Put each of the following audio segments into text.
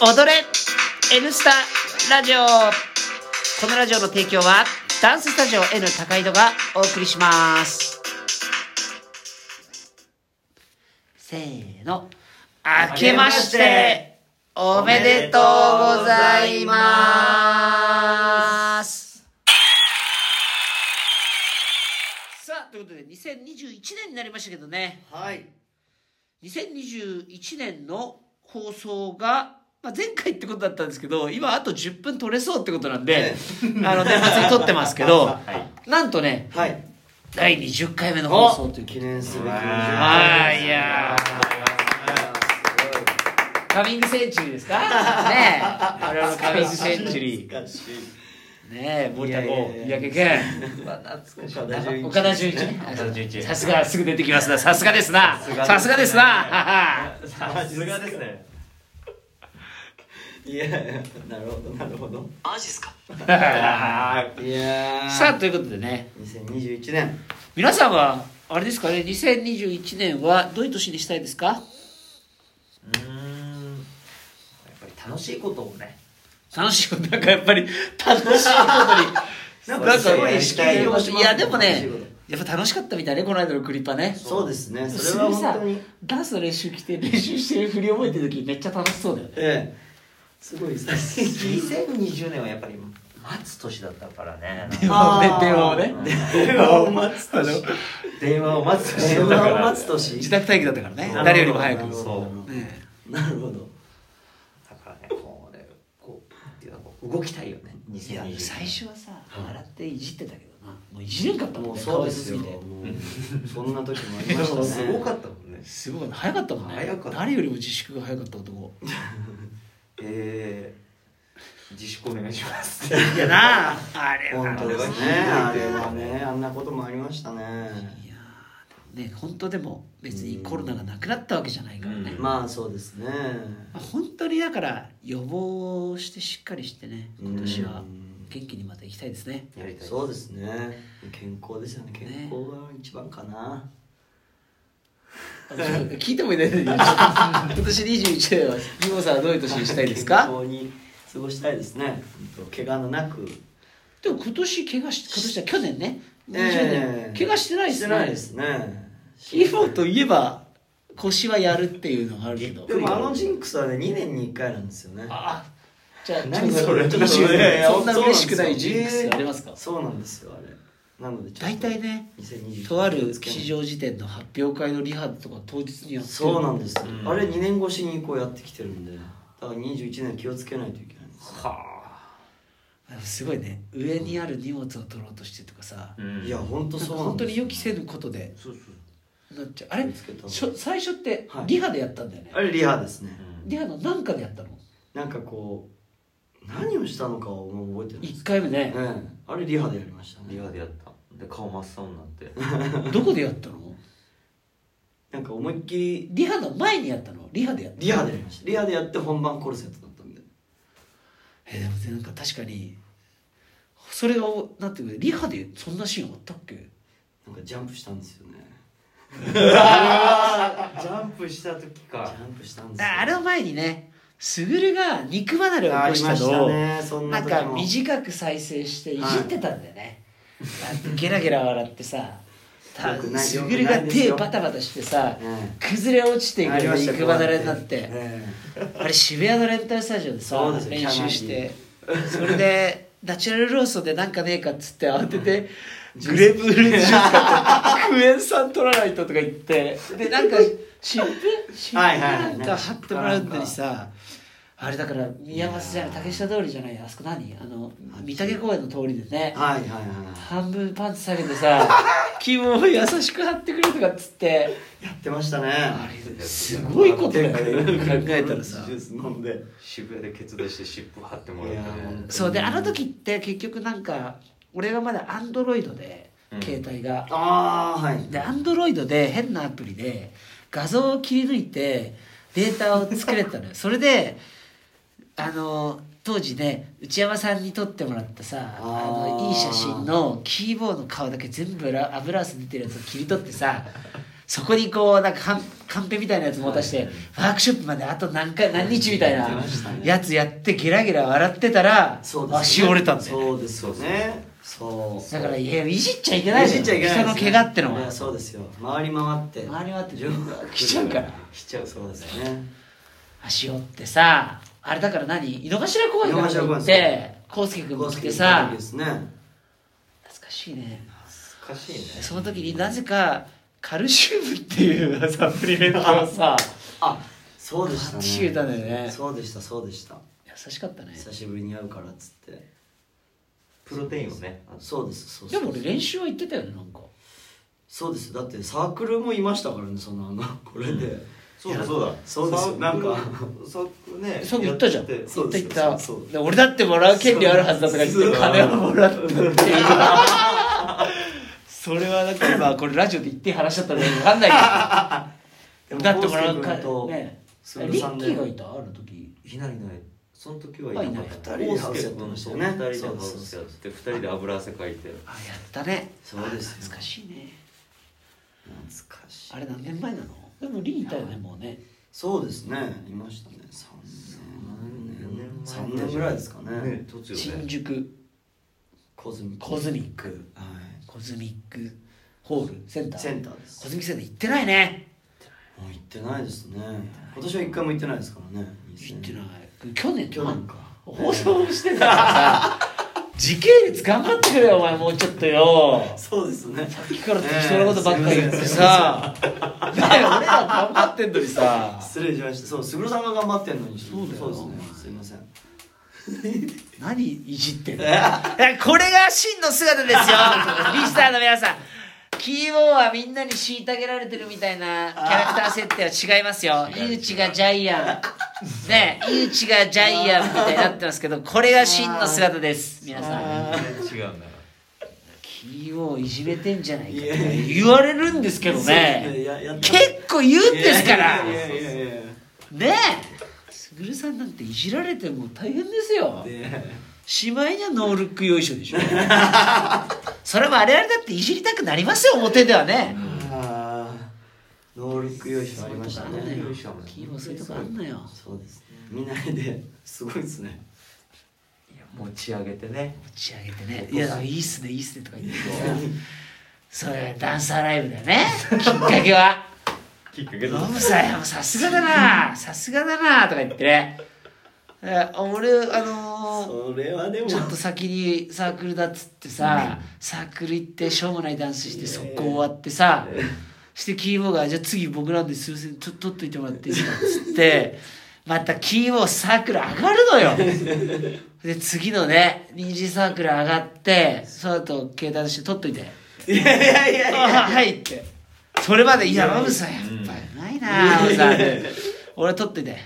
踊れ N スタラジオこのラジオの提供はダンススタジオ N 高井戸がお送りしますせーの明けましておめでとうございますさあということで2021年になりましたけどねはい。 2021年の放送が、まあ、前回ってことだったんですけど今あと10分取れそうってことなんであの年末に撮ってますけ ど、なんとねはい。第20回目の放送という記念すべき。はいいやーカミングセンチュリーですかねえ我々のカミングセンチュリー懐かしい。ねえ森田剛いや三い宅まあ、懐かしい。君岡田准一ね岡田准一さすがすぐ出てきますなさすがですなさすがですなはさすがですねいや、なるほど、なるほど。はいやー。さあということでね2021年。皆さんはあれですかね2021年はどういう年にしたいですかうーんやっぱり楽しいことをね楽しいことなんかやっぱり楽しい ことになんかすごい意識やりたいこといやでも楽しねいことやっぱ楽しかったみたいねこの間のクリパねそうですね。それは本当に。ダンスの練習来て練習してる振り覚えてる時めっちゃ楽しそうだよねええ。すごいですね。 2020年はやっぱり待つ年だったからね電話をね電話をね電話を待つあ年。電話を待つ年電だったから話を待つ 年。自宅待機だったからねなるほど誰よりも早くなるほそどうねなるほど。だからねこうねこうなんていうのこう動きたいよねいや2020最初はさ笑っていじってたけどなもういじれんかったももんうねそうですよ。可愛すぎてもうそんな時もありでましたもね。すごかったもんねすごい早かったもんね早かった誰よりも自粛が早かった男えー、自粛お願いしますいやなああれは本当ですね。あれはね、あんなこともありましたね。いやーでもね本当でも別にコロナがなくなったわけじゃないからね、うんままあそうですね。あ本当にだから予防をしてしっかりしてね今年はうん元気にまた行きたいですねやりたいそうですね。健康ですよね。健康が一番かな。 聞いてもいないのに今年21年は美穂さんはどういう年にしたいですか健康に過ごしたいですね。本当怪我のなく。 でも今年怪我し今年は去年ね20年、ええ怪我してないでしてすないねですね。美穂といえば腰はやるっていうのがあるけどでもあのジンクスはね、2年に1回なんですよね。あじゃあ何ちょっとそれちょっとちょっとねそんな嬉しくないジンクスありますかそうなんですよ、あれ。なのでちょっ大と体ね2021とある市場時点の発表会のリハとか当日にやってるそうなんですよ、うんあれ2年越しにこうやってきてるんでだから21年気をつけないといけないんですよはすごいね上にある荷物を取ろうとしてとかさ、あ、うんいや本当なんかそうなん本当ですに予期せぬことでそうそなうっちゃうあれ気をつけた方がしょ最初ってはいリハでやったんだよね、あれリハですね、リハの何かでやったのなんかこう何をしたのかをもう覚えてないです1回目ねええあれリハでやりましたリねハでやったで顔真っ青になってどこでやったのなんか思いっきりリハの前にやったのリハでやったリハでやりましたリハでやって本番コルセットだったんでえでもねなんか確かにそれをなんていうのリハでそんなシーンあったっけなんかジャンプしたんですよねジャンプした時ジかャンプしたんですよああれの前にねすぐるが肉離れを起あこりしたましのたをねそんななん時かも短く再生していじってたんだよね、なんかゲラゲラ笑ってさたよくないすよくぐないるがです手よバタバタしてさえ崩れ落ちてえいくありよまねした肉離れになっえてえあれ渋谷のレンタルスタジオでさそうですよ練習しキャてそれでナチュラルローソンでなんかねえかっつって慌ててグレープフルーツジュース買ってクエン酸取らないととか言ってでなんか湿布湿布はいはいはないんか貼ってもらうのにさあれだから宮益じゃない竹下通りじゃないあそこ何あの御嶽公園の通りでねはいはいは半分パンツ下げてさ 気分を優しく貼ってくれとかっつっていやってましたねあれすごいことだよね考えたらさジュース飲んで渋谷で決断して湿布貼ってもらっいやたねーそうであの時って結局なんか俺がまだアンドロイドでうん携帯が、ああはいでアンドロイドで変なアプリで画像を切り抜いてデータを作れて たのよそれであの当時ね内山さんに撮ってもらったさああーのいい写真のキーボードの顔だけ全部油油汗出てるやつを切り取ってさそこにこうなんかカンカンペみたいなやつ持たして、はいはいワークショップまであと何回何日みたいなやってましたねやつやってゲラゲラ笑ってたら、そうです足よね折れたんだよねそうですよねそうだからいやいじっちゃいけないのよいじっちゃいけないですね人の怪我ってのいはやそうですよ回り回って回り回って自分が来ちゃうから来ちゃうそうですね足折ってさあれだから何井の頭公園から行っ井の頭公園て康介君も来てさいいですね懐かしいね難しいねその時になぜかカルシウムっていうサプリメントを さあそうでしたね買ってきてくれたんだよねそうでしたそうでした優しかったね久しぶりに会うからっつってプロテインをねあそうですそうでそうも俺練習は行ってたよねなんかそうですだってサークルもいましたからねそのあ のこれで、そうだそうだそうですよなんかなんそうねそう言ったじゃんやって行そっうたです行ったそうそうで俺だってもらう権利あるはずだとか言って金をもらったっていうそれはだからまあこれラジオで言っていい話だったら分かんないけどでもだってもらう康介君かとねスリグッルさんキでーがいたある時いないいないその時はいなかったいない大輔君とそうね二人でハウスやって二人で油汗かいてあやったねそうですよ懐かしいね懐かしいあれ何年前なのでもリーいたよねもうねそうですねいましたね3年3年ぐらいですかねね途中ね新宿コズミックコズミックはコズミックホールセンタいーセンターですコズミックセンター行ってないねもう行ってないですね今年は一回も行ってないですからね行ってないい去年去年か放送してたからさ時系列頑張ってくれよお前もうちょっとよそうですねさっきから適当なことばっかり言って さ、ねえ、俺ら頑張ってんのにさ失礼しましたそう卓さんが頑張ってんのにそうだよですねすいません何いじってんのいやこれが真の姿ですよリスターの皆さんキーボーはみんなに虐げられてるみたいなキャラクター設定は違いますよ井口がジャイアンねえ井口がジャイアンみたいになってますけどこれが真の姿です皆さん全然違うんだキーボーいじめてんじゃないかっいやいやて言われるんですけどそうですねややねった結構言うんですからいやねいやいやいえやすぐるさんなんていじられても大変ですよでしまいにはノールックよいしょ でしょそれもあれあれだっていじりたくなりますよ表ではねあーノールック用意書ありましたそういうとこあんのねよキーボーそういうとこあんのよそうですね見ないですごいですね持ち上げてね持ち上げてね「いやいいっすねいいっすね」とか言ってさそれがダンサーライブだよねきっかけはきっかけノブさんいやもうさすがだなさすがだなとか言ってねえ俺あのそれはでーもちょっと先にサークルだっつってさ、サークル行ってしょうもないダンスして速攻終わってさ、してキーボーが「じゃあ次僕なんですいませんちょっと取っといてもらっていいですか」っつってまたキーボーサークル上がるのよで次のね二次サークル上がってその後携帯して取っといていやいやいやいやあはいってそれまで「いやノブさんやっぱりないなノブさん」俺は取ってて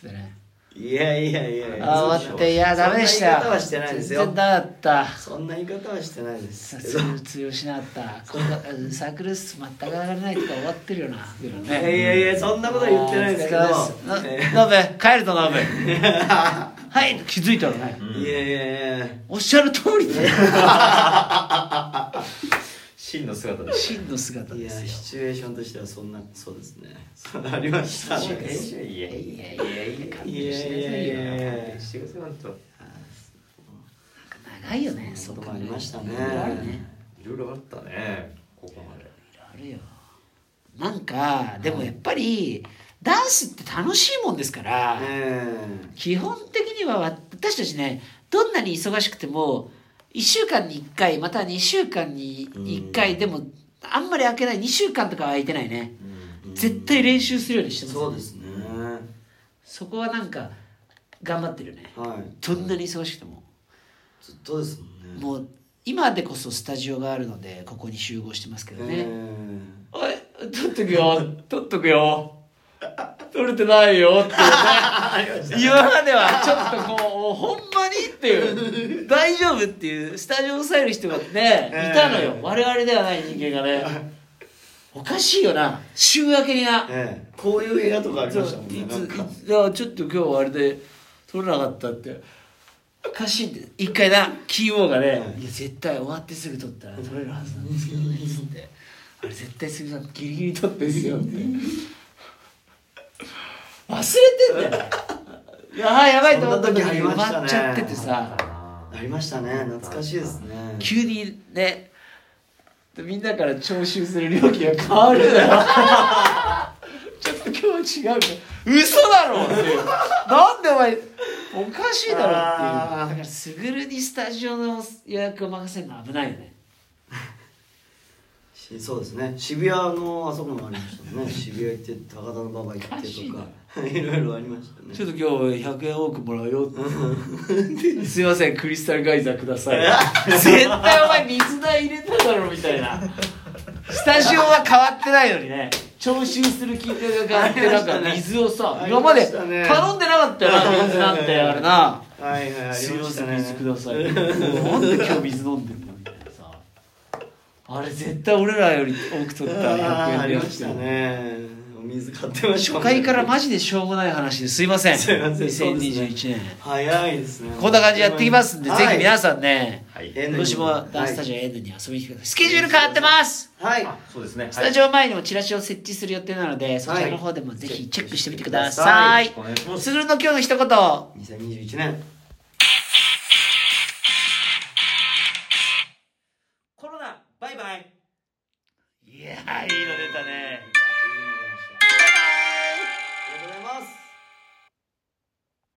そしたらねいやいやいやいやあ終わって「いやダメでしたよ」そんな言い方はしてないで全す然ダよメだったそんな言い方はしてないですけ通ど用通用しなかったここがうんサークル数全く上がらないとか終わってるよなみたいいなやねいやいやそんなことは言ってないですけどあー疲れ様ですえなノブ帰るとノブはい気づいたのねーいやいやいやおっしゃる通りで真の姿で真の姿いでやすよシチュエーションとしてはそんなそうですねありましたねいやいやいやいやいやいやいやいや勘弁してくださいよ本当長いよねそそんうなこと考えもありるとましたねいろいろあるねいろいろあったねここまであるよなんかでもやっぱりダンスって楽しいもんですから、え基本的には私たちねどんなに忙しくても1週間に1回または2週間に1回うんでもあんまり開けない2週間とかは空いてないねうんえ絶対練習するようにしてます、そうですねそこはなんか頑張ってるねはいどんなに忙しくてもずっとですもんねもう今でこそスタジオがあるのでここに集合してますけどね、えおい取っとくよ取っとくよ取れてないよっていうね今まではちょっとこうもうほんまにっていう大丈夫っていうスタジオを抑える人がねいたのよ、ええ我々ではない人間がねおかしいよな週明けになええこういう部屋とかありそうまいしつたもんねなんかいついやちょっと今日はあれで取れなかったっておかしいんで一回なキーボーがね、うんいや絶対終わってすぐ取ったら取れるはずなんですけどね」つってあれ絶対杉さんギリギリ取ってるよって忘れてんだよ いやあーやばいと思った時に埋まっちゃっててさありましたね懐かしいですね急にねみんなから徴収する料金が変わるだよ ちょっと今日は違うから嘘だろっていうなんでお前おかしいだろっていうあーだからすぐるにスタジオの予約を任せるのは危ないよねしそうですね渋谷のあそこもありましたね渋谷行って高田の馬場行おっかしいてなとか いろいろありましたねちょっと今日100円多くもらうよってすいませんクリスタルガイザーくだ さい絶対お前水代入れただろみたいなスタジオは変わってないのにね徴収する金額が変 わってなんか水をさ、あり今ままでした頼んでねなかったよな水なんてあれなはいはいありま水したね水ください。なんで今日水飲んでんのみたいなさ。あれ絶対俺らより多く取ったあー100円あでりやまっしてたる。ねお水買ってましたも初ん回ねからマジでしょうもない話ですいません。すいませんそうですね2021年。早いですねこんな感じでやっていきますんで、ぜひ皆ささんね、はいえ今年もダンススタジオエンドに遊びに来てください。スケジュール変わってますんはいあそうですねスタジオ前にもチラシを設置する予定なので、そちらの方でもぜひチェックしてみてくださいお。願いしますすぐるの今日の一言。 2021年コロナバイバイいやーいいの出たね。